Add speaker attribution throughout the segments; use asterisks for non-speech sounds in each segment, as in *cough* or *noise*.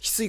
Speaker 1: 水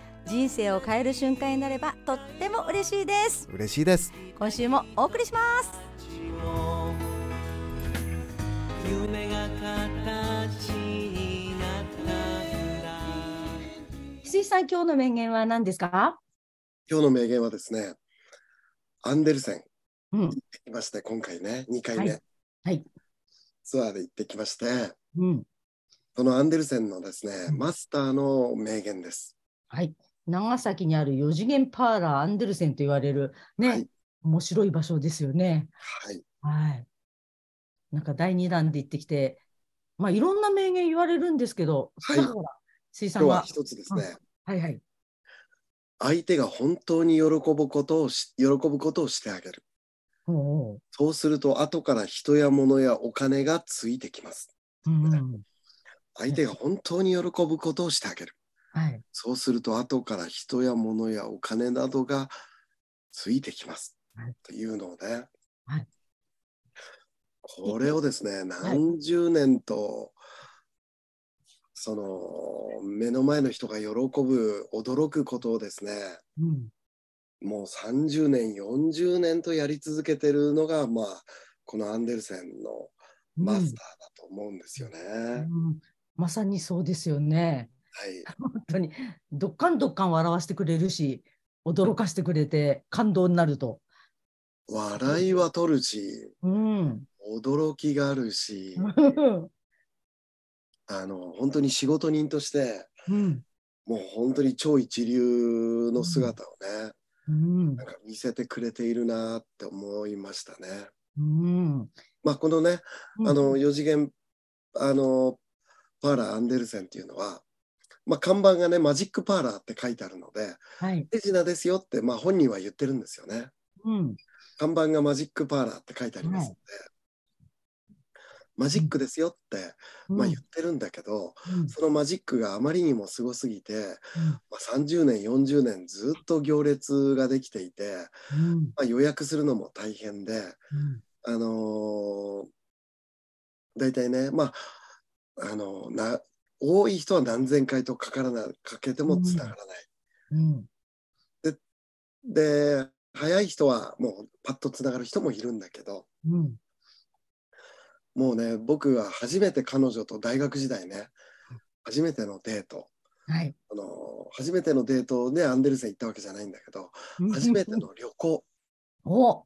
Speaker 2: 人生を変える瞬間になればとっても嬉しいです
Speaker 1: 嬉しいです
Speaker 2: 今週もお送りします
Speaker 3: 夢が形になったんだ
Speaker 2: 翡翠さん今日の名言は何ですか
Speaker 1: 今日の名言はですねアンデルセン行
Speaker 2: うん
Speaker 1: ってきまして今回ね2回目、
Speaker 2: はいはい
Speaker 1: ツアーで行ってきまして
Speaker 2: うん
Speaker 1: そのアンデルセンのですねマスターの名言です
Speaker 2: はい長崎にある四次元パーラーアンデルセンと言われるね、
Speaker 1: はい
Speaker 2: 面白い場所ですよね
Speaker 1: はい
Speaker 2: はいなんか第二弾で行ってきてまあいろんな名言言われるんですけどその中から水
Speaker 1: 今
Speaker 2: 産
Speaker 1: 日
Speaker 2: は
Speaker 1: は一つですね
Speaker 2: はいはい
Speaker 1: 相手が本当に喜ぶことをし喜ぶことをしてあげる
Speaker 2: おうおう
Speaker 1: そうすると後から人や物やお金がついてきます
Speaker 2: うんうん
Speaker 1: 相手が本当に喜ぶことをしてあげる
Speaker 2: はい
Speaker 1: そうすると後から人や物やお金などがついてきます、
Speaker 2: はい
Speaker 1: というのをね、
Speaker 2: はい
Speaker 1: これをですね
Speaker 2: い
Speaker 1: 何十年と、その目の前の人が喜ぶ驚くことをですね
Speaker 2: うん
Speaker 1: もう30年40年とやり続けてるのがまあこのアンデルセンのマスターだと思うんですよね。
Speaker 2: うんまさにそうですよね。
Speaker 1: はい
Speaker 2: 本当に、どっかんどっかん笑わせてくれるし、驚かしてくれて、感動になると。
Speaker 1: 笑いは取るし
Speaker 2: うん。
Speaker 1: 驚きがあるしあの本当に仕事人として
Speaker 2: うん。
Speaker 1: もう本当に超一流の姿をね、
Speaker 2: うん
Speaker 1: なんか見せてくれているなって思いましたね。
Speaker 2: うん。
Speaker 1: まあこのねあの
Speaker 2: うん、
Speaker 1: 4次元あのパーラー・アンデルセンっていうのは、まあ、看板がねマジックパーラーって書いてあるので
Speaker 2: はい。
Speaker 1: 手品ですよって、まあ、本人は言ってるんですよね。
Speaker 2: うん。
Speaker 1: 看板がマジックパーラーって書いてありますので、マジックですよって、まあ、言ってるんだけど、
Speaker 2: うん
Speaker 1: そのマジックがあまりにもすごすぎて、まあ、30年40年ずっと行列ができていて、
Speaker 2: うん
Speaker 1: まあ、予約するのも大変で、
Speaker 2: うん
Speaker 1: あのー、大体ねまああのな多い人は何千回とかからなかけてもつながらない、
Speaker 2: うん
Speaker 1: で早い人はもうパッとつながる人もいるんだけど
Speaker 2: うん
Speaker 1: もうね僕は初めて彼女と大学時代ね初めてのデート
Speaker 2: はい。
Speaker 1: あのー初めてのデートでアンデルセン行ったわけじゃないんだけど初めての旅行
Speaker 2: お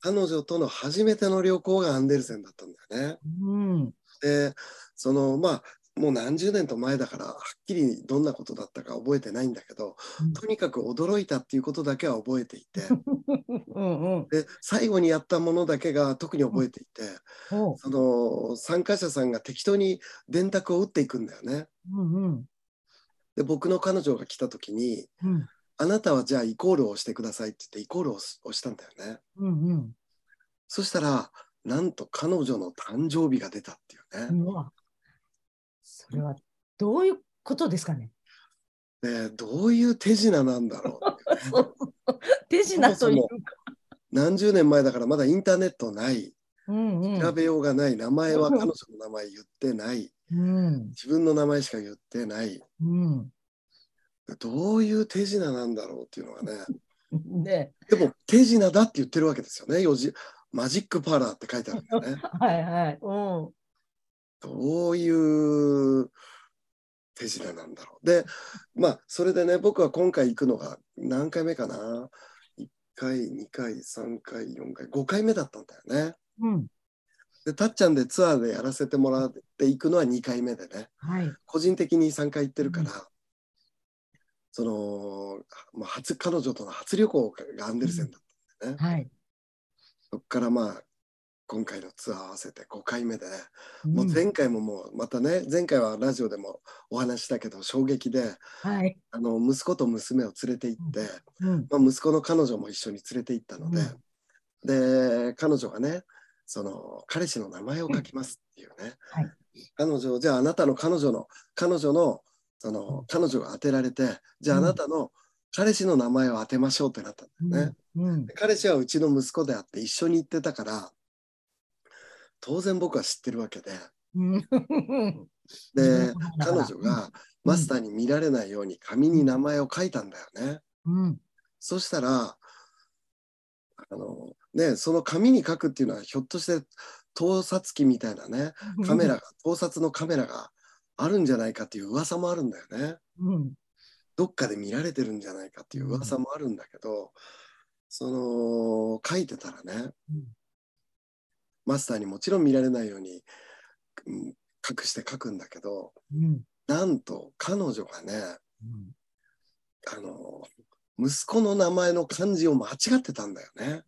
Speaker 1: 彼女との初めての旅行がアンデルセンだったんだよね。
Speaker 2: うん。
Speaker 1: でそのまあもう何十年と前だからはっきりどんなことだったか覚えてないんだけど
Speaker 2: うん
Speaker 1: とにかく驚いたっていうことだけは覚えてい *laughs* て
Speaker 2: うんうん。
Speaker 1: で最後にやったものだけが特に覚えていて
Speaker 2: お
Speaker 1: その参加者さんが適当に電卓を打っていくんだよね。
Speaker 2: うんうん。
Speaker 1: で僕の彼女が来た時に
Speaker 2: うん
Speaker 1: 「あなたはじゃあイコールを押してください」って言ってイコールを押す押したんだよね。
Speaker 2: うん
Speaker 1: そしたらなんと彼女の誕生日が出たっていうね。
Speaker 2: うん。うわ。それは、どういうことですかね。
Speaker 1: でどういう手品なんだろう
Speaker 2: *laughs*
Speaker 1: っていうね
Speaker 2: そう手品というか。
Speaker 1: 何十年前だからまだインターネットない
Speaker 2: うんうん
Speaker 1: 調べようがない名前は彼女の名前言ってない
Speaker 2: うん
Speaker 1: 自分の名前しか言ってない
Speaker 2: うん
Speaker 1: どういう手品なんだろうっていうのがね
Speaker 2: で、
Speaker 1: でも手品だって言ってるわけですよね四字マジックパーラーって書いてあるんだよね
Speaker 2: はいはい、うん、
Speaker 1: どういう手品なんだろうでまあそれでね僕は今回行くのが何回目かな1回2回3回4回5回目だったんだよね
Speaker 2: うん、
Speaker 1: でたっちゃんでツアーでやらせてもらっていくのは2回目でね
Speaker 2: はい、
Speaker 1: 個人的に3回行ってるから、
Speaker 2: う
Speaker 1: その、まあ、初彼女との初旅行がアンデルセンだった、
Speaker 2: はい、
Speaker 1: そこからまあ今回のツアー合わせて5回目でね、
Speaker 2: うん
Speaker 1: もう前回ももうまたね前回はラジオでもお話ししたけど衝撃で
Speaker 2: はい。
Speaker 1: あの息子と娘を連れて行って、
Speaker 2: うん。
Speaker 1: まあ、息子の彼女も一緒に連れて行ったので、で彼女がねその彼氏の名前を書きますっていうね、
Speaker 2: はい
Speaker 1: 彼女じゃああなたの彼女の彼女のその彼女が当てられてじゃああなたの彼氏の名前を当てましょうってなったんだよね。
Speaker 2: うん。
Speaker 1: で彼氏はうちの息子であって一緒に行ってたから当然僕は知ってるわけで
Speaker 2: うん。うん
Speaker 1: で彼女。
Speaker 2: うん
Speaker 1: がマスターに見られないように紙に名前を書いたんだよね。
Speaker 2: うん。
Speaker 1: そしたら、あの、ね、その紙に書くっていうのは、ひょっとして盗撮機みたいなね、カメラが、盗撮のカメラがあるんじゃないかっていう噂もあるんだよね。
Speaker 2: うん。
Speaker 1: どっかで見られてるんじゃないかっていう噂もあるんだけど、その、書いてたらね
Speaker 2: うん、
Speaker 1: マスターにもちろん見られないように、うん隠して書くんだけど、
Speaker 2: うん。
Speaker 1: なんと彼女がね、
Speaker 2: うん
Speaker 1: あの、息子の名前の漢字を間違ってたんだよね。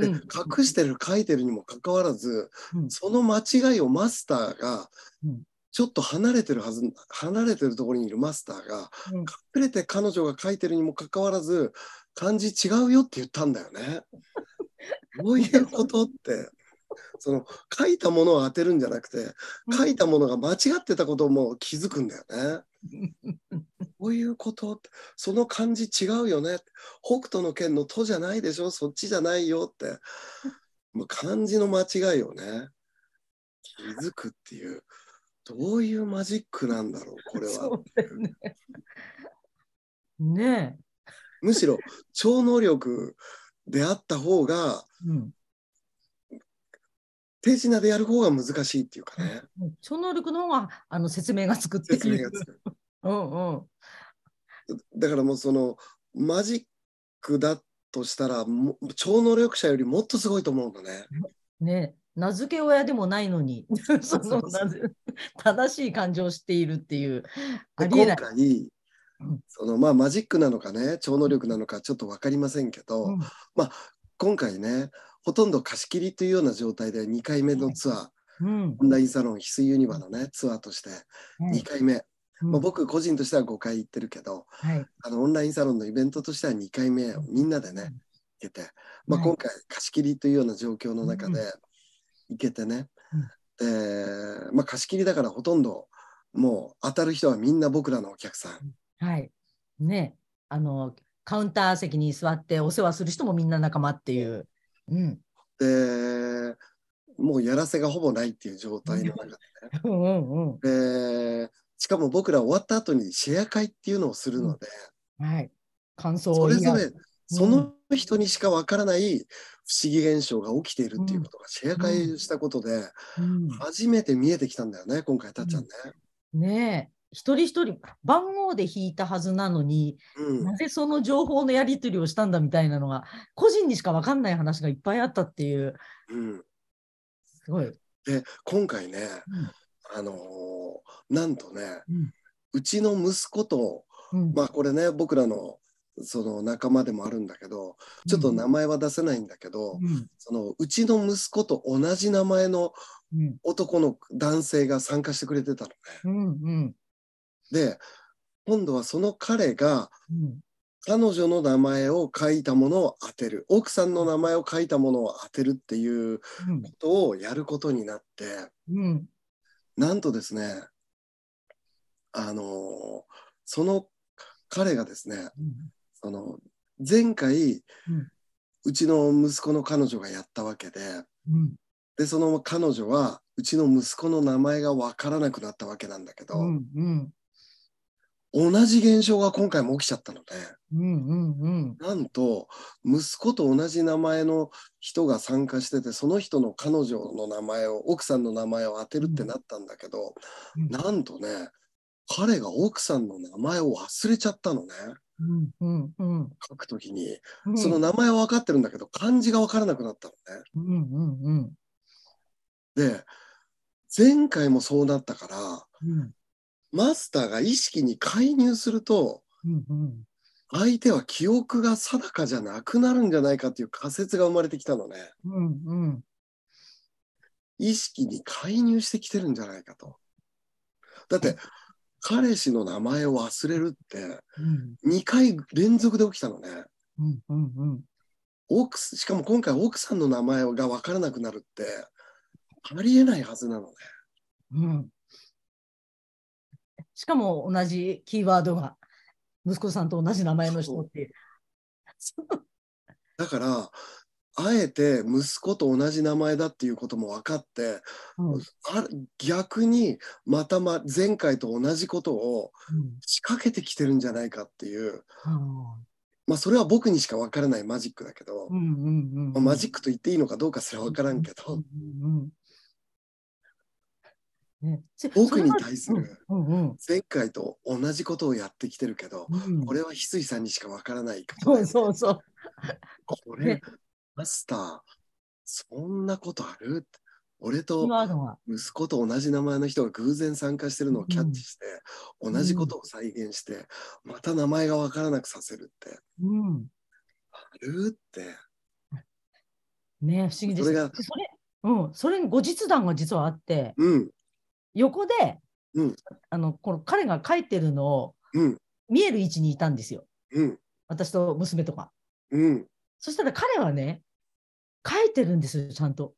Speaker 1: で
Speaker 2: うん
Speaker 1: 隠してる書いてるにもかかわらず、
Speaker 2: うん
Speaker 1: その間違いをマスターが、
Speaker 2: うん
Speaker 1: ちょっと離れてるはず離れてるところにいるマスターが
Speaker 2: うん
Speaker 1: 隠れて彼女が書いてるにもかかわらず漢字違うよって言ったんだよ
Speaker 2: *laughs*
Speaker 1: ね。どういうことってその書いたものを当てるんじゃなくて書いたものが間違ってたことも気づくんだよね。
Speaker 2: *laughs*
Speaker 1: こういうことってその漢字違うよね北斗の剣の「と」じゃないでしょそっちじゃないよってもう漢字の間違いをね気づくっていうどういうマジックなんだろうこれ
Speaker 2: そ
Speaker 1: は
Speaker 2: うだよね。ね
Speaker 1: むしろ超能力であった方が
Speaker 2: え。うん。
Speaker 1: 手品でやる方が難しいっていうか
Speaker 2: *laughs*
Speaker 1: ね
Speaker 2: 超能力の方があの説明がつくっていう。
Speaker 1: 説明がつく
Speaker 2: うんうん。
Speaker 1: だからもうそのマジックだとしたらも超能力者よりもっとすごいと思うのね
Speaker 2: ね名付け親でもない
Speaker 1: *laughs*
Speaker 2: のにその
Speaker 1: そうそう
Speaker 2: 名付正しい感情を知っているっていうあ
Speaker 1: で
Speaker 2: りえな
Speaker 1: 今
Speaker 2: い。
Speaker 1: 回
Speaker 2: うん
Speaker 1: そのまあマジックなのかね超能力なのかちょっと分かりませんけど、
Speaker 2: うん
Speaker 1: 今回ねほとんど貸し切りというような状態で2回目のツアー
Speaker 2: うん
Speaker 1: オンラインサロン翡翠ユニバのねツアーとして2回目、
Speaker 2: うん
Speaker 1: まあ、僕個人としては5回行ってるけど
Speaker 2: はい
Speaker 1: あのオンラインサロンのイベントとしては2回目をみんなでね行けて、まあ、
Speaker 2: はい
Speaker 1: 今回貸し切りというような状況の中で
Speaker 2: う
Speaker 1: 行けてね、でまあ、貸し切りだからほとんどもう当たる人はみんな僕らのお客さん
Speaker 2: はいねあのカウンター席に座ってお世話する人もみんな仲間っていう。うん
Speaker 1: でもうやらせがほぼないっていう状態の中で
Speaker 2: うんうん
Speaker 1: でしかも僕ら終わった後にシェア会っていうのをするので、
Speaker 2: うんはい感想
Speaker 1: そ
Speaker 2: を
Speaker 1: れ
Speaker 2: 言い合
Speaker 1: ぞ
Speaker 2: う
Speaker 1: れその人にしかわからない不思議現象が起きているっていうことがシェア会したことで
Speaker 2: うん
Speaker 1: 初めて見えてきたんだよね今回たっちゃんね。
Speaker 2: ねえ一人一人番号で引いたはずなのに
Speaker 1: うん
Speaker 2: なぜその情報のやり取りをしたんだみたいなのが個人にしか分かんない話がいっぱいあったっていう
Speaker 1: うん、
Speaker 2: すごい。う
Speaker 1: で今回ね、あのーなんとね、
Speaker 2: う
Speaker 1: うんちの息子と
Speaker 2: ん
Speaker 1: まあこれね僕らのその仲間でもあるんだけどちょっと名前は出せないんだけど、
Speaker 2: うん
Speaker 1: そのうちの息子と同じ名前の
Speaker 2: うん
Speaker 1: 男の男性が参加してくれてたのね。
Speaker 2: うんうん
Speaker 1: で今度はその彼が
Speaker 2: うん
Speaker 1: 彼女の名前を書いたものを当てる奥さんの名前を書いたものを当てるっていうことをやることになって
Speaker 2: うんうん
Speaker 1: なんとですねあのーその彼がですねその前回、
Speaker 2: う
Speaker 1: うんちの息子の彼女がやったわけで
Speaker 2: うん
Speaker 1: でその彼女はうちの息子の名前が分からなくなったわけなんだけど。
Speaker 2: うんうん
Speaker 1: 同じ現象が今回も起きちゃったので、
Speaker 2: うんうんうん
Speaker 1: なんと、息子と同じ名前の人が参加してて、その人の彼女の名前を、奥さんの名前を当てるってなったんだけど、
Speaker 2: うん
Speaker 1: なんとね、彼が奥さんの名前を忘れちゃったのね、
Speaker 2: うんうんうん
Speaker 1: 書くときに。
Speaker 2: うん
Speaker 1: その名前は分かってるんだけど、漢字が分からなくなった
Speaker 2: うんうんうん
Speaker 1: のね。で、前回もそうなったから、
Speaker 2: うん
Speaker 1: マスターが意識に介入すると、
Speaker 2: うんうん
Speaker 1: 相手は記憶が定かじゃなくなるんじゃないかっていう仮説が生まれてきたのね。
Speaker 2: うんうん
Speaker 1: 意識に介入してきてるんじゃないかと。だって、彼氏の名前を忘れるって、
Speaker 2: うん
Speaker 1: 2回連続で起きたのね。
Speaker 2: うんうんうん
Speaker 1: 奥すしかも今回奥さんの名前が分からなくなるってありえないはずなのね。
Speaker 2: うんしかも同じキーワードが息子さんと同じ名前の人っていう。
Speaker 1: だからあえて息子と同じ名前だっていうことも分かって
Speaker 2: うん
Speaker 1: あ逆にまたま前回と同じことを
Speaker 2: うん
Speaker 1: 仕掛けてきてるんじゃないかっていう
Speaker 2: あ
Speaker 1: まあそれは僕にしか分からないマジックだけど
Speaker 2: ー、うんうん
Speaker 1: ま
Speaker 2: う
Speaker 1: あ
Speaker 2: ん
Speaker 1: マジックと言っていいのかどうかすら分からんけ
Speaker 2: う
Speaker 1: ど
Speaker 2: んうんうんねそ
Speaker 1: 僕に
Speaker 2: それは
Speaker 1: 対する
Speaker 2: うんうん
Speaker 1: 前回と同じことをやってきてるけど
Speaker 2: うん
Speaker 1: これは翡翠さんにしか分からないことだ
Speaker 2: そ
Speaker 1: よ
Speaker 2: う
Speaker 1: ね
Speaker 2: そうそう。
Speaker 1: こ
Speaker 2: ね
Speaker 1: れ、マスター、そんなことある俺
Speaker 2: キ
Speaker 1: と
Speaker 2: ーワードが。
Speaker 1: 息子と同じ名前の人が偶然参加してるのをキャッチして、同じことを再現して、また名前がわからなくさせるって、
Speaker 2: うん。
Speaker 1: あるって、
Speaker 2: ね不思議です。
Speaker 1: それが
Speaker 2: でそれ、うん、それに後日談が実はあって、
Speaker 1: うん、
Speaker 2: 横で、
Speaker 1: うん
Speaker 2: あのこの彼が書いてるのを
Speaker 1: うん、
Speaker 2: 見える位置にいたんですよ。
Speaker 1: うん、
Speaker 2: 私と娘とか。
Speaker 1: うん。
Speaker 2: そしたら彼はね、書いてるんですよ、ちゃんと。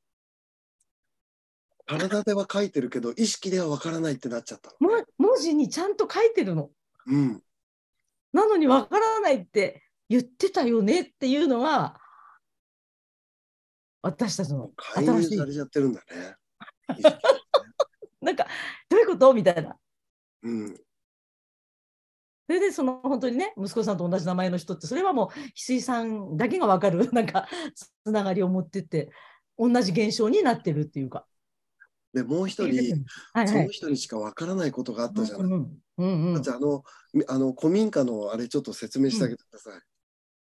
Speaker 1: 体では書いてるけど、意識ではわからないってなっちゃった
Speaker 2: も文字にちゃんと書いてるの。
Speaker 1: の。うん、
Speaker 2: なのにわからないって言ってたよねっていうのが、私たちの
Speaker 1: 介
Speaker 2: 新
Speaker 1: 入
Speaker 2: しい
Speaker 1: さ。れちゃってるんだね。
Speaker 2: *laughs* なんか、どういうことみたいな。
Speaker 1: うん、
Speaker 2: それで、その本当にね、息子さんと同じ名前の人って、それはもう、翡翠さんだけがわかる、 *laughs* なんか、つながりを持ってって、同じ現象になってるっていうか。
Speaker 1: でもう一人、
Speaker 2: はい
Speaker 1: そ
Speaker 2: はい
Speaker 1: の。人にしかわからないことがあったじゃない。
Speaker 2: うんうんうん
Speaker 1: じゃあ、あの、みあの、古民家のあれちょっと説明してあげてください。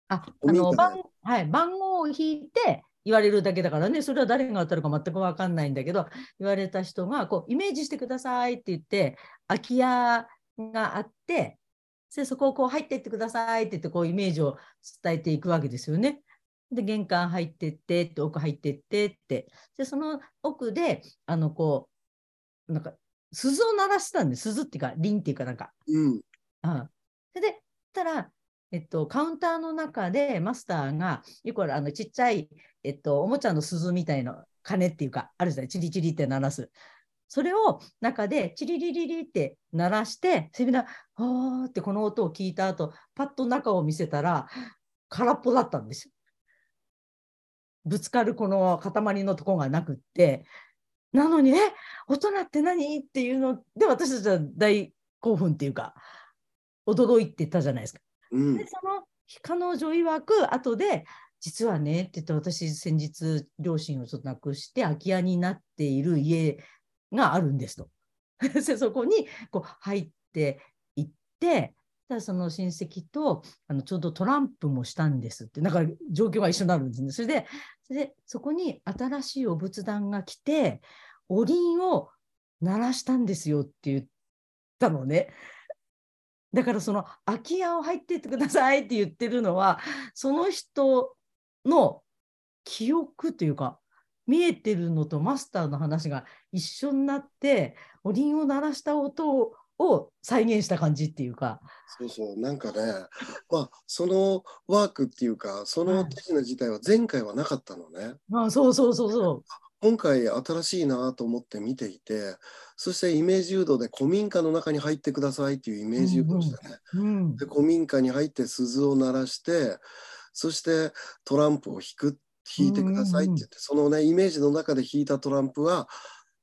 Speaker 2: あ、
Speaker 1: お
Speaker 2: あの
Speaker 1: 見たね
Speaker 2: 番、はい、番号を引いて言われるだけだからね、それは誰が当たるか全く分かんないんだけど、言われた人がこうイメージしてくださいって言って、空き家があって、でそこをこう入っていってくださいって言ってこうイメージを伝えていくわけですよね。で玄関入ってってって奥入ってってってでその奥であのこうなんか鈴を鳴らしてたんです鈴っていうか鈴っていうかなんか
Speaker 1: うん、
Speaker 2: うんそれで、たら、えっと、カウンターの中でマスターが、よくあるあのちっちゃい、えっと、おもちゃの鈴みたいな鐘っていうか、あるじゃない、チリチリって鳴らす。それを中でチリリリリって鳴らして、セミナー、ほーってこの音を聞いた後、パッと中を見せたら、空っぽだったんですよ。ぶつかるこの塊のとこがなくって、なのに、え、大人って何っていうので、私たちは大興奮っていうか、驚いてたじゃないですか。
Speaker 1: うん
Speaker 2: で、その彼女曰く後で実はねって言って私先日両親をちょっと亡くして空き家になっている家があるんですと。 *laughs* でそこにこう入っていってただその親戚とあのちょうどトランプもしたんですってなんか状況が一緒になるんですね。それでそれでそこに新しいお仏壇が来てお鈴を鳴らしたんですよって言ったのね。だからその空き家を入ってってくださいって言ってるのはその人の記憶というか見えてるのとマスターの話が一緒になってお鈴を鳴らした音をを再現した感じっていうか、
Speaker 1: そうそう、なんかね、まあ、そのワークっていうか、そ
Speaker 2: は
Speaker 1: の
Speaker 2: い
Speaker 1: 手品自体は前回はなかったのね。
Speaker 2: ああそうそうそうそ
Speaker 1: 今回新しいなと思って見ていて、そしてイメージ誘導で古民家の中に入ってくださいっていうイメージ誘導したね。
Speaker 2: う、うん
Speaker 1: で、古民家に入って鈴を鳴らして、そしてトランプを弾く、弾いてくださいって言って、そのね、イメージの中で弾いたトランプは、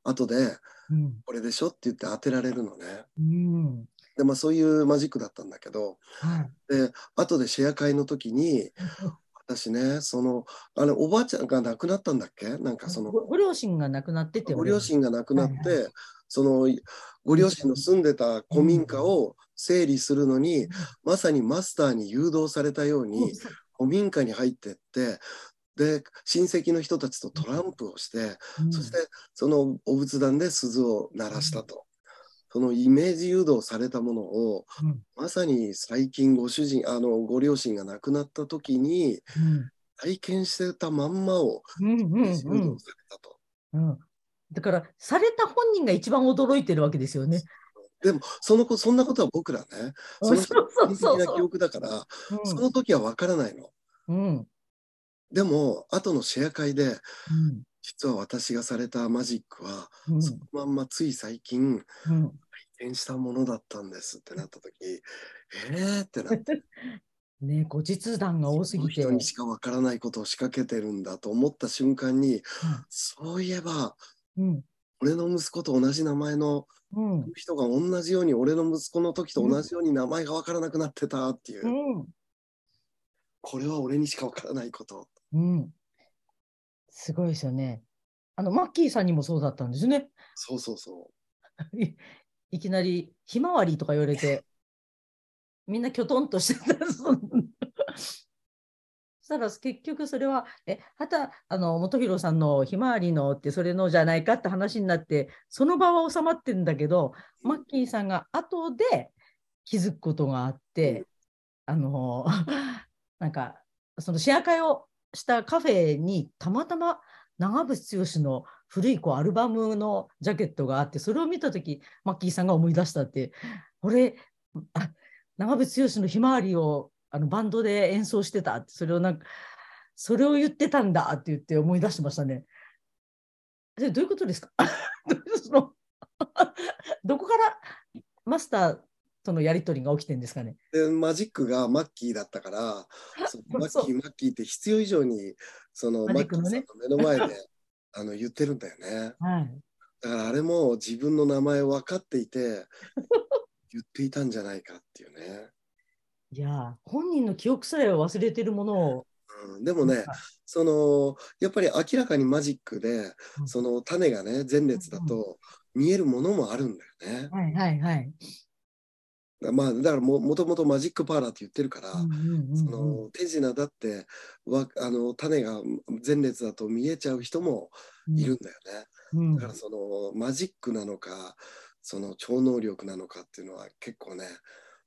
Speaker 1: 後で、
Speaker 2: うん
Speaker 1: これでしょって言って当てられるのね。
Speaker 2: うん
Speaker 1: で、まあそういうマジックだったんだけど、
Speaker 2: はい
Speaker 1: で、後でシェア会の時に、私ね、その、あの、おばあちゃんが亡くなったんだっけなんかその、
Speaker 2: ごご両親が亡くなってて
Speaker 1: ご両親が亡くなって、
Speaker 2: はい
Speaker 1: その、ご両親の住んでた古民家を整理するのに、
Speaker 2: ん
Speaker 1: まさにマスターに誘導されたよう
Speaker 2: 俺は
Speaker 1: に、古民家に入ってって、で、親戚の人たちとトランプをして、
Speaker 2: うん
Speaker 1: そして、そのお仏壇で鈴を鳴らしたと。そのイメージ誘導されたものを、
Speaker 2: うん
Speaker 1: まさに最近ご主人、あの、ご両親が亡くなった時に、体験してたまんまを
Speaker 2: うんうん
Speaker 1: 誘導されたと。
Speaker 2: うんうんだから、された本人が一番驚いてるわけですよね。
Speaker 1: でもそのこそんなことは僕らねその人
Speaker 2: そうそう
Speaker 1: の
Speaker 2: そう
Speaker 1: 的な記
Speaker 2: そう
Speaker 1: 憶だから
Speaker 2: うん
Speaker 1: その時は分からないの
Speaker 2: うん
Speaker 1: でも後のシェア会で
Speaker 2: うん
Speaker 1: 実は私がされたマジックは
Speaker 2: うん
Speaker 1: そのまんまつい最近
Speaker 2: うん
Speaker 1: 体験したものだったんですってなった時えーってなって
Speaker 2: ね後日談が多すぎて
Speaker 1: 人。にしか分からないことを仕掛けてるんだと思った瞬間にそういえば
Speaker 2: うん
Speaker 1: 俺の息子と同じ名前の
Speaker 2: うん
Speaker 1: 人が同じように俺の息子の時と同じように名前が分からなくなってたっていう、
Speaker 2: うん
Speaker 1: これは俺にしか分からないこと
Speaker 2: うん、すごいですよね。あのマッキーさんにもそうだったんですね。
Speaker 1: そうそうそ
Speaker 2: いいきなり「ひまわり」とか言われてみんなきょとんとしてたそんなそしたら結局それは「えはたあの元弘さんのひまわりの」ってそれのじゃないかって話になってその場は収まってんだけどマッキーさんが後で気づくことがあって、あの *laughs* なんかそのシェア会をしたカフェにたまたま長渕剛の古いこうアルバムのジャケットがあってそれを見た時マッキーさんが思い出したって俺あ長渕剛の「ひまわりを」あのバンドで演奏してたってそれをなんかそれを言ってたんだって言って思い出してましたね。でどういうことですか *laughs* どういうその *laughs* どこからマスターとのやり取りが起きてんですかね。
Speaker 1: うでマジックがマッキーだった *laughs* からそうマッ
Speaker 2: そう
Speaker 1: キーマッキーって必要以上にそのマ
Speaker 2: マジ
Speaker 1: ッキ
Speaker 2: ック
Speaker 1: ー
Speaker 2: の
Speaker 1: さん
Speaker 2: ね
Speaker 1: の目の前で *laughs* あの言ってるんだよね
Speaker 2: はい、
Speaker 1: だからあれも自分の名前を分かってい *laughs* て言っていたんじゃないかっていうね、
Speaker 2: いやー本人の記憶さえ忘れてるものを。
Speaker 1: うん、でもねそのやっぱり明らかにマジックで
Speaker 2: うん
Speaker 1: その種がね前列だと見えるものもあるんだよね。
Speaker 2: はいはいはい。
Speaker 1: だまあだからももともとマジックパーラーって言ってるから、
Speaker 2: うんうん
Speaker 1: そ
Speaker 2: うんうん
Speaker 1: の手品だってわあの種が前列だと見えちゃう人もいるんだよね。
Speaker 2: うん
Speaker 1: だからそのマジックなのかその超能力なのかっていうのは結構ね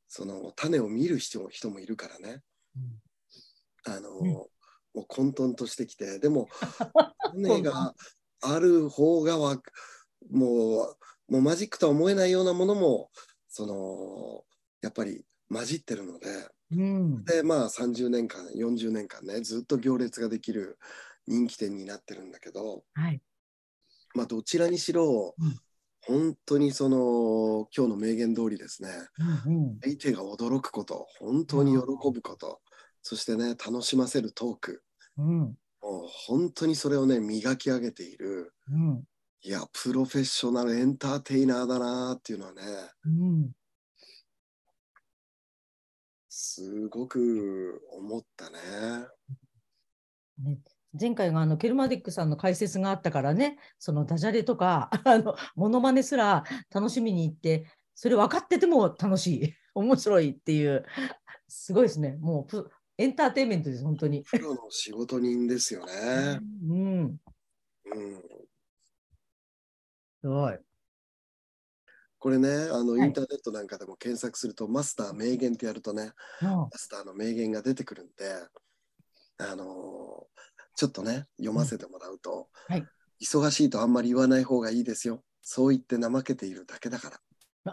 Speaker 1: その種を見る人も人もいるからね。
Speaker 2: うん
Speaker 1: あの、
Speaker 2: うん
Speaker 1: もう混沌としてきてで
Speaker 2: *laughs*
Speaker 1: も
Speaker 2: そう
Speaker 1: 種
Speaker 2: だ
Speaker 1: がある方がわもうもうマジックとは思えないようなものもそのやっぱり混じってるので
Speaker 2: うん
Speaker 1: でまあ30年間40年間ねずっと行列ができる人気店になってるんだけど、
Speaker 2: はい
Speaker 1: まあ、どちらにしろ、
Speaker 2: うん
Speaker 1: 本当にその今日の名言通りですね
Speaker 2: うんうん
Speaker 1: 相手が驚くこと本当に喜ぶことそしてね楽しませるトーク
Speaker 2: うん
Speaker 1: もう本当にそれをね磨き上げている
Speaker 2: うん
Speaker 1: いやプロフェッショナルエンターテイナーだなっていうのはね
Speaker 2: うん
Speaker 1: すごく思ったね。
Speaker 2: 前回があのケルマディックさんの解説があったからね、そのダジャレとか、 *laughs* あのモノマネすら楽しみに行って、それ分かってても楽しい、 *laughs* 面白いっていう、すごいですね、もうプエンターテインメントです、本当に。
Speaker 1: プロの仕事人ですよね。
Speaker 2: うん、
Speaker 1: うん、
Speaker 2: すごい。
Speaker 1: これねあの
Speaker 2: はい
Speaker 1: インターネットなんかでも検索すると、マスター名言ってやるとね
Speaker 2: うん
Speaker 1: マスターの名言が出てくるんであのーちょっとね読ませてもらうと、
Speaker 2: はい
Speaker 1: 忙しいとあんまり言わない方がいいですよそう言って怠けているだけだから。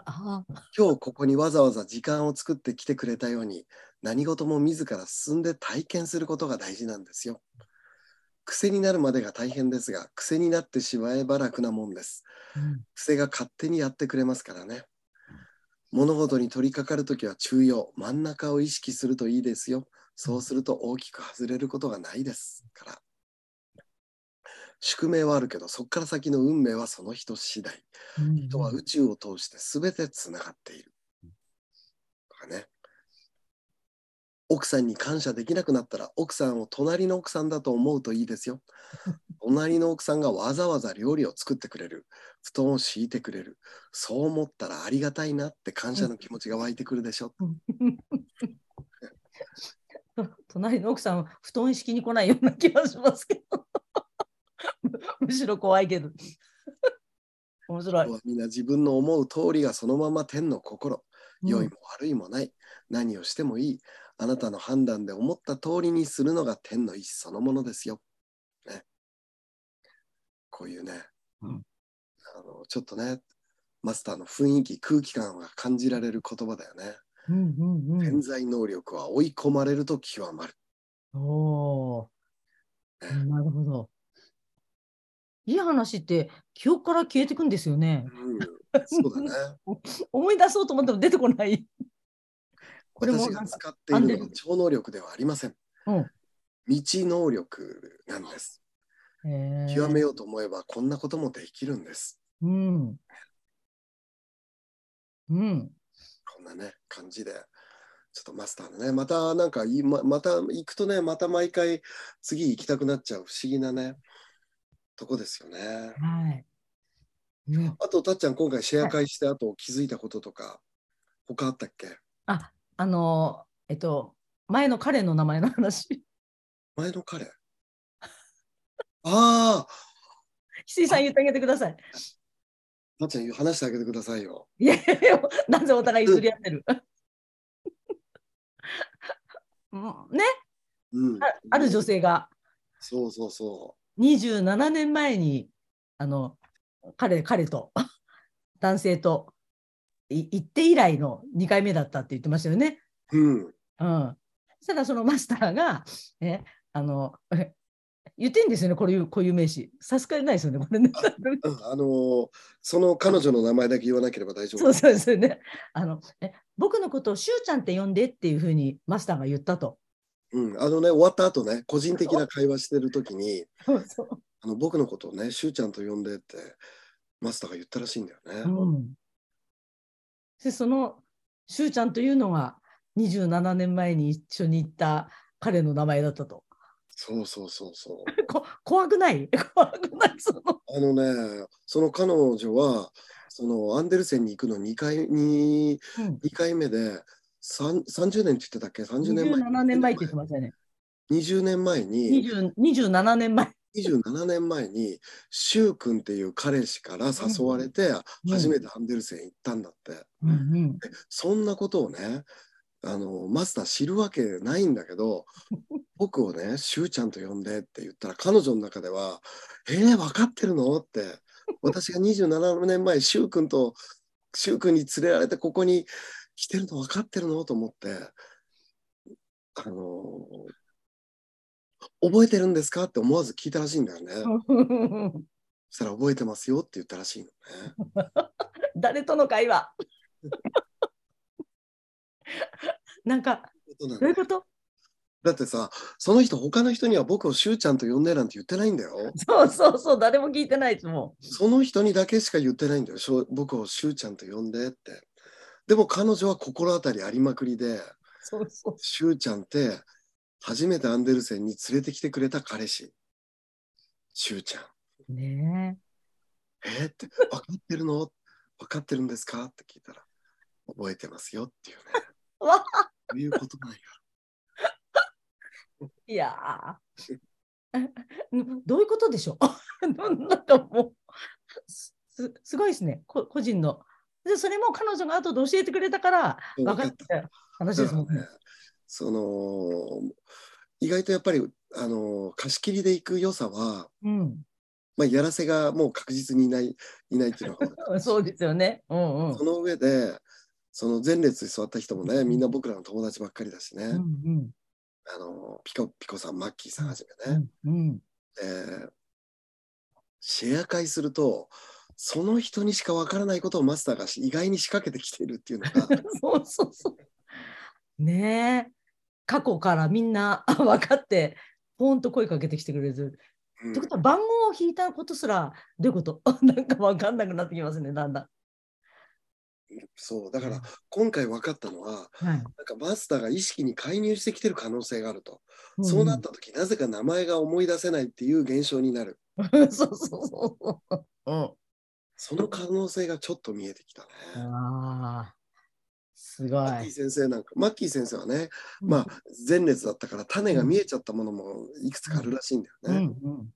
Speaker 2: あ
Speaker 1: 今日ここにわざわざ時間を作って来てくれたように何事も自ら進んで体験することが大事なんですよ。癖になるまでが大変ですが癖になってしまえば楽なもんです。癖が勝手にやってくれますからね。物事に取り掛かるときは中央真ん中を意識するといいですよ。そうすると大きく外れることがないですから。宿命はあるけどそこから先の運命はその人次第。
Speaker 2: うん
Speaker 1: 人は宇宙を通して全てつながっている。とかね。奥さんに感謝できなくなったら奥さんを隣の奥さんだと思うといい
Speaker 2: *laughs*
Speaker 1: ですよ。隣の奥さんがわざわざ料理を作ってくれる布団を敷いてくれるそう思ったらありがたいなって感謝の気持ちが湧いてくるでしょ。
Speaker 2: *laughs* 隣の奥さんは布団敷きに来ないような気がしますけど *laughs* むしろ怖いけど面白い
Speaker 1: 人はみんな自分の思う通りがそのまま天の心良いも悪いもない、何をしてもいいあなたの判断で思った通りにするのが天の意志そのものですよ。ね、こういうね、
Speaker 2: うん
Speaker 1: あのちょっとねマスターの雰囲気空気感が感じられる言葉だよね。
Speaker 2: うんうんう
Speaker 1: 潜
Speaker 2: ん。
Speaker 1: 在能力は追い込まれると極まる。
Speaker 2: おーなるほど。いい話って記憶から消えてくんですよね。
Speaker 1: うん、そうだね。
Speaker 2: 思い出そうと思っても出てこない。 *laughs* これ
Speaker 1: *laughs*
Speaker 2: も
Speaker 1: 私
Speaker 2: な
Speaker 1: が
Speaker 2: んか
Speaker 1: 使っているのは超能力ではありません。
Speaker 2: うん
Speaker 1: 未知能力なんです。
Speaker 2: へー
Speaker 1: 極めようと思えばこんなこともできるんです。
Speaker 2: うん。うん。
Speaker 1: こんなね感じで。ちょっとマスターのね、またなんかいま、また行くとね、また毎回次行きたくなっちゃう不思議なね、とこですよね。
Speaker 2: はい。うん
Speaker 1: あと、たっちゃん、今回シェア会して、あと気づいたこととか、他あったっけ
Speaker 2: あの、えっと、前の彼の名前の話。
Speaker 1: 前の彼。ああ、
Speaker 2: 翡翠さん言ってあげてください。
Speaker 1: たっちゃん、話してあげてくださいよ。
Speaker 2: いやいやいや、なぜお互い譲り合ってる。 *laughs* うんね、
Speaker 1: うん
Speaker 2: あ。ある女
Speaker 1: 性。
Speaker 2: 性が
Speaker 1: そうそうそ
Speaker 2: 27年前にあの彼彼と *laughs* 男性とい行って以来の2回目だったって言ってましたよね。
Speaker 1: う。うん。
Speaker 2: うん、そしたらそのマスターが、ね、あの言ってんですよねこういうこういう名詞さすがにないですよねこれね。 *laughs*
Speaker 1: うんあのーその彼女の名前だけ言わなければ大丈
Speaker 2: そう
Speaker 1: 夫。
Speaker 2: そうですよね。あのえ僕のことをしゅうちゃんって呼んでっていうふうにマスターが言ったと。
Speaker 1: うん。あのね、終わった後ね、個人的な会話してる時に、
Speaker 2: そうそう
Speaker 1: あの僕のことをね、しゅうちゃんと呼んでって、マスターが言ったらしいんだよね。
Speaker 2: うん、でそのしゅうちゃんというのが27年前に一緒に行った彼の名前だったと。
Speaker 1: そうそうそうそう。
Speaker 2: こ怖くない怖くないその
Speaker 1: あのね、その彼女は、そのアンデルセンに行くの2回に
Speaker 2: うん
Speaker 1: 2回目で三30年って言ってたっけ ?30 年前。
Speaker 2: 27年前って言ってましたよね。
Speaker 1: 20年前に、
Speaker 2: 20 27年前。
Speaker 1: 27年前に、シュウ君っていう彼氏から誘われて、初めてアンデルセン行ったんだって。
Speaker 2: うんうん、
Speaker 1: そんなことをね、あの、マスター知るわけないんだけど、僕をね、シュウちゃんと呼んでって言ったら、彼女の中では、えー、分かってるのって、私が27年前、シュウ君と、シュウ君に連れられてここに来てるの分かってるのと思って、あの覚えてるんですかって思わず聞いたらしいんだよね。そしたら覚えてますよって言ったらしいのね。
Speaker 2: *laughs* 誰との会話 *laughs* なんか
Speaker 1: そうなんだ
Speaker 2: どういうこと
Speaker 1: だってさ、その人、他の人には僕をしゅうちゃんと呼んでなんて言ってないんだよ。
Speaker 2: そうそうそう誰も聞いてないですも
Speaker 1: その人にだけしか言ってないんだよ。しょ僕をしゅうちゃんと呼んでって。でも彼女は心当たりありまくりで、
Speaker 2: ん。そうそう
Speaker 1: しゅうちゃんって初めてアンデルセンに連れてきてくれた彼氏。しゅうちゃん。
Speaker 2: ね
Speaker 1: えーって、分かってるの分かってるんですかって聞いたら、覚えてますよっていうね。
Speaker 2: わあ
Speaker 1: そういうことなんや。
Speaker 2: いやー *laughs* どういうことでしょう *laughs* なんかもうすすすごいですねこ個人のでそれも彼女が後で教えてくれたから *laughs* 分かった話ですもん
Speaker 1: だから
Speaker 2: ね
Speaker 1: ね。その意外とやっぱりあの貸し切りで行く良さは、
Speaker 2: うん
Speaker 1: まあ、やらせがもう確実にいないいないっていうのが
Speaker 2: そうですよね。うんうん
Speaker 1: そ。の上でその前列に座った人もねみんな僕らの友達ばっかりだしね、
Speaker 2: うんうん
Speaker 1: あのピコピコさんマッキーさんはじ
Speaker 2: う
Speaker 1: めね、
Speaker 2: んうん。
Speaker 1: でシェア会するとその人にしかわからないことをマスターが意外に仕掛けてきているっていうの
Speaker 2: *laughs*
Speaker 1: が
Speaker 2: そうそうそう。ねえ。過去からみんな *laughs* 分かって、ポンと声かけてきてくれる。
Speaker 1: う
Speaker 2: っ
Speaker 1: ん
Speaker 2: てことは、番号を引いたことすら、どういうこと *laughs* なんか分かんなくなってきますね、だんだん。
Speaker 1: そうだから今回分かったのは
Speaker 2: は
Speaker 1: な
Speaker 2: い、
Speaker 1: んかマスターが意識に介入してきてる可能性があると、そうなった時なぜか名前が思い出せないっていう現象になる
Speaker 2: うん。 *laughs* そうそうそうそう。うん、
Speaker 1: その可能性がちょっと見えてきたね。
Speaker 2: ああ、すご
Speaker 1: マッキー
Speaker 2: い。
Speaker 1: 先生なんかマッキー先生はね、まあ、前列だったから種が見えちゃったものもいくつかあるらしいんだよ
Speaker 2: う
Speaker 1: ね、
Speaker 2: んうん、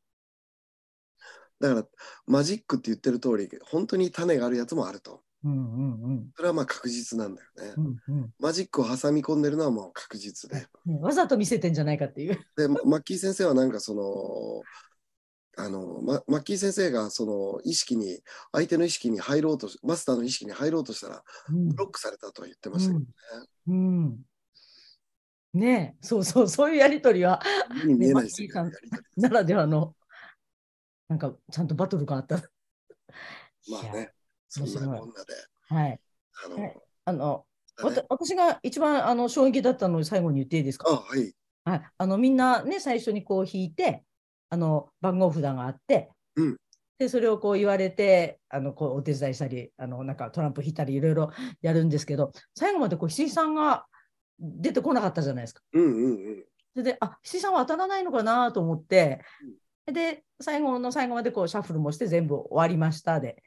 Speaker 1: だからマジックって言ってる通り本当に種があるやつもあると
Speaker 2: うんうんうん
Speaker 1: それはまあ確実なんだよね、
Speaker 2: うんうん
Speaker 1: マジックを挟み込んでるのはもう確実で *laughs*
Speaker 2: ねわざと見せてんじゃないかっていう。
Speaker 1: でママッキー先生はなんかそのあの、ま、マッキー先生がその意識に、相手の意識に入ろうとし、マスターの意識に入ろうとしたら、
Speaker 2: うん
Speaker 1: ブロックされたとは言ってましたけどね。
Speaker 2: うんねえそうそうそういうやり取りは *laughs*
Speaker 1: 目に見えない世界の
Speaker 2: ね
Speaker 1: やり取
Speaker 2: ならではのなんかちゃんとバトルがあった。
Speaker 1: り。まあ
Speaker 2: いや
Speaker 1: ね、そんなこんなで、
Speaker 2: はい。
Speaker 1: あの、
Speaker 2: はいあの、
Speaker 1: だ
Speaker 2: わ
Speaker 1: ね
Speaker 2: た私が一番あの衝撃だったのを最後に言っていいです
Speaker 1: あ、
Speaker 2: か。
Speaker 1: はい。
Speaker 2: はい。あのみんなね最初にこう引いてあの番号札があって。
Speaker 1: うん
Speaker 2: でそれをこう言われてあのこうお手伝いしたりあのなんかトランプ引いたりいろいろ *laughs* やるんですけど最後までこう石井さんが出てこなかったじゃないですか。
Speaker 1: うんうんうん。
Speaker 2: それで、あ、七三は当たらないのかなと思って、で、最後の最後までこうシャッフルもして全部終わりましたで。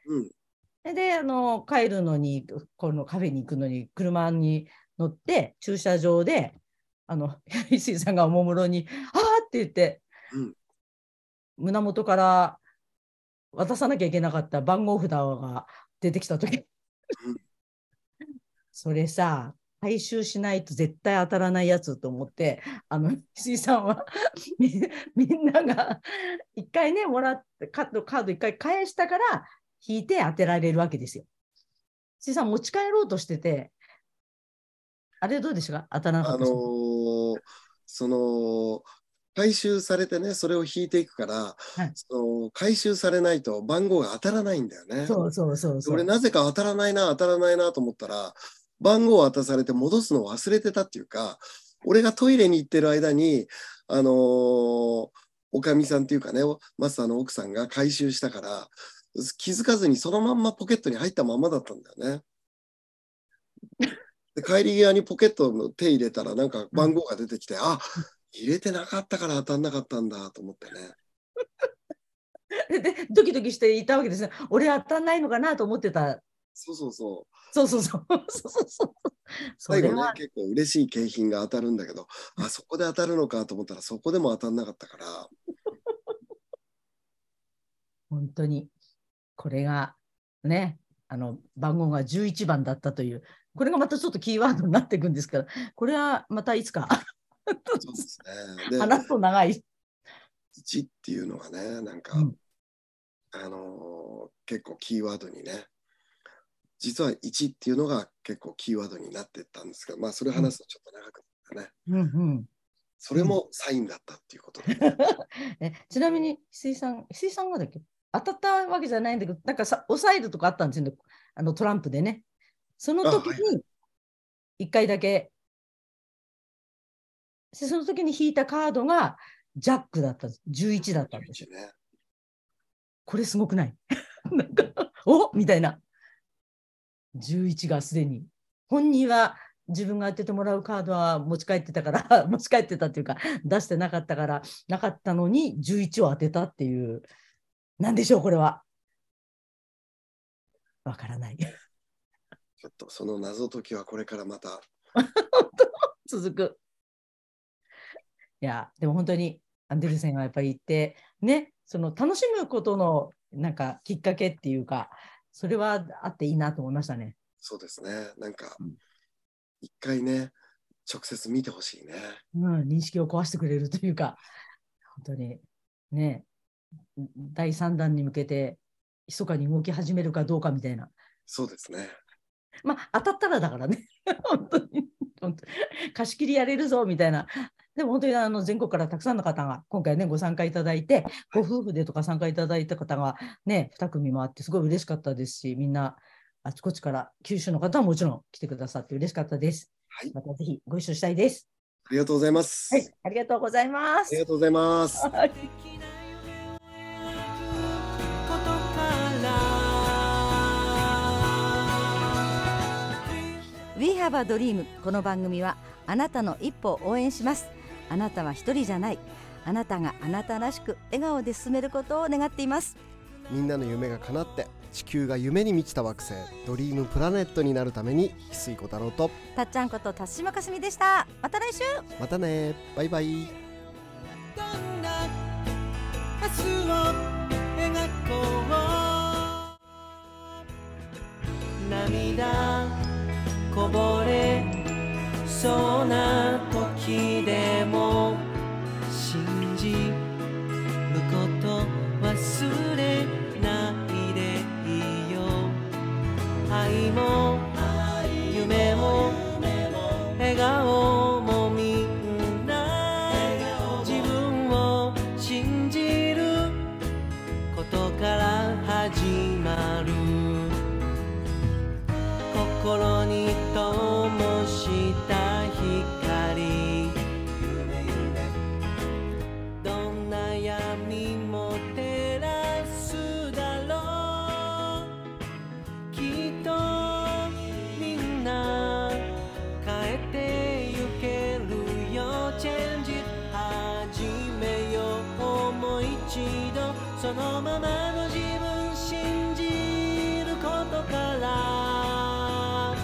Speaker 1: うん
Speaker 2: で、あの、帰るのに、このカフェに行くのに、車に乗って、駐車場で、あの、 *laughs* 石井さんがおもむろに、あーって言って、
Speaker 1: うん
Speaker 2: 胸元から渡さなきゃいけなかった番号札が出てきた時
Speaker 1: うん
Speaker 2: *laughs* それさ、回収しないと絶対当たらないやつと思って、あの、石井さんは *laughs* み、みんなが一回ね、もらって、カード、カード一回返したから、引いて当てられるわけですよ。石井さん持ち帰ろうとしてて、あれどうでしたか当たらなか
Speaker 1: あ
Speaker 2: った
Speaker 1: の
Speaker 2: ですか
Speaker 1: ーその回収されてねそれを引いていくから、
Speaker 2: はい
Speaker 1: その回収されないと番号が当たらないんだよね。
Speaker 2: そうそうそうそう。
Speaker 1: 俺なぜか当たらないな当たらないなと思ったら番号を渡されて戻すのを忘れてたっていうか俺がトイレに行ってる間にあのーおかみさんっていうかねマスターの奥さんが回収したから気づかずにそのまんまポケットに入ったままだったんだよね。で帰り際にポケットの手入れたらなんか番号が出てきて、あ入れてなかったから当たんなかったんだと思ってね。
Speaker 2: で、ドキドキしていたわけですね。俺当たんないのかなと思ってた。
Speaker 1: そうそうそう。
Speaker 2: そうそう
Speaker 1: *laughs*
Speaker 2: そう。そうそうそう。そ
Speaker 1: 最
Speaker 2: れ
Speaker 1: 後ね
Speaker 2: は、、
Speaker 1: 結構嬉しい景品が当たるんだけ
Speaker 2: *laughs*
Speaker 1: ど、あそこで当たるのかと思ったら、そこでも当たんなかったから、
Speaker 2: 本当に、これが、ね、あの、番号が11番だったという、これがまたちょっとキーワードになっていくんですから、これはまたいつか、
Speaker 1: そうですね。で、
Speaker 2: 話すと長い。
Speaker 1: 1っていうのがね、なんか、
Speaker 2: うん
Speaker 1: あのー結構キーワードにね、実は1っていうのが結構キーワードになってったんですが、まあ、それを話すとちょっと長くなったね。
Speaker 2: うんうん
Speaker 1: それもサインだったっていうことで、
Speaker 2: *laughs* えちなみに、水産、水産がだっけ当たったわけじゃないんだけど、なんかさ、抑えるとかあったんですよね、あのトランプでね。その
Speaker 1: あ
Speaker 2: 時
Speaker 1: は
Speaker 2: に、一回だけ、でその時に引いたカードが、ジャックだったんです、11だったんですよ。
Speaker 1: ね。
Speaker 2: これすごくない *laughs* なんか、おみたいな。11がすでに。本人は自分が当ててもらうカードは持ち帰ってたから、 *laughs* 持ち帰ってたっていうか、出してなかったから、なかったのに11を当てたっていう、なんでしょう、これは。わからない。 *laughs*
Speaker 1: ちょっとその謎解きはこれからまた、
Speaker 2: 続く。いや、でも本当にアンデルセンがやっぱり言って、ね、その楽しむことのなんかきっかけっていうか、それはあっていいなと思いましたね。
Speaker 1: そうですね、なんか
Speaker 2: うん、
Speaker 1: 一回ね、直接見てほしいね。
Speaker 2: うん、認識を壊してくれるというか、本当にね、第3弾に向けて、密かに動き始めるかどうかみたいな。
Speaker 1: そうですね。
Speaker 2: まあ、当たったらだからね、 *laughs* 本当に、本当に貸し切りやれるぞみたいな。でも本当にあの全国からたくさんの方が今回ねご参加いただいてご夫婦でとか参加いただいた方がね2組もあってすごい嬉しかったですしみんなあちこちから九州の方はもちろん来てくださって嬉しかったです。
Speaker 1: はい
Speaker 2: またぜひご一緒したいです。
Speaker 1: ありがとうございます。
Speaker 2: はい、ありがとうございま
Speaker 1: あ
Speaker 2: す
Speaker 1: り。がとうございます。
Speaker 3: 「できないよねことから」
Speaker 4: We have a dream この番組はあなたの一歩を応援しますあなたは一人じゃないあなたがあなたらしく笑顔で進めることを願っています
Speaker 5: みんなの夢が叶って地球が夢に満ちた惑星ドリームプラネットになるために翡翠小太郎と
Speaker 4: たっちゃんこと田島かすみでしたまた来週
Speaker 5: またねバイバイ
Speaker 3: どんな明日を描こう涙こぼれそうな時でも信じることは心に灯した光夢夢どんな闇も照らすだろうきっとみんな変えてゆけるよチェンジ始めようもう一度そのままの自分信じることから「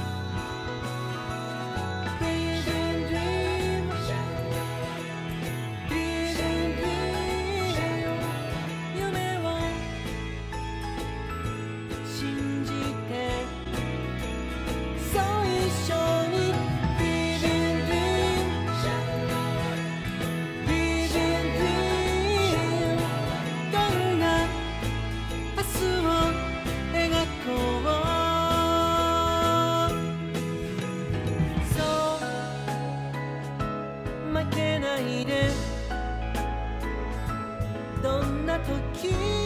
Speaker 3: Big and Dream」「Big and Dream」「夢を信じて」「そう一緒に Big and Dream」「Big and Dream」「どんな明日を描こう」そう負けないでどんな時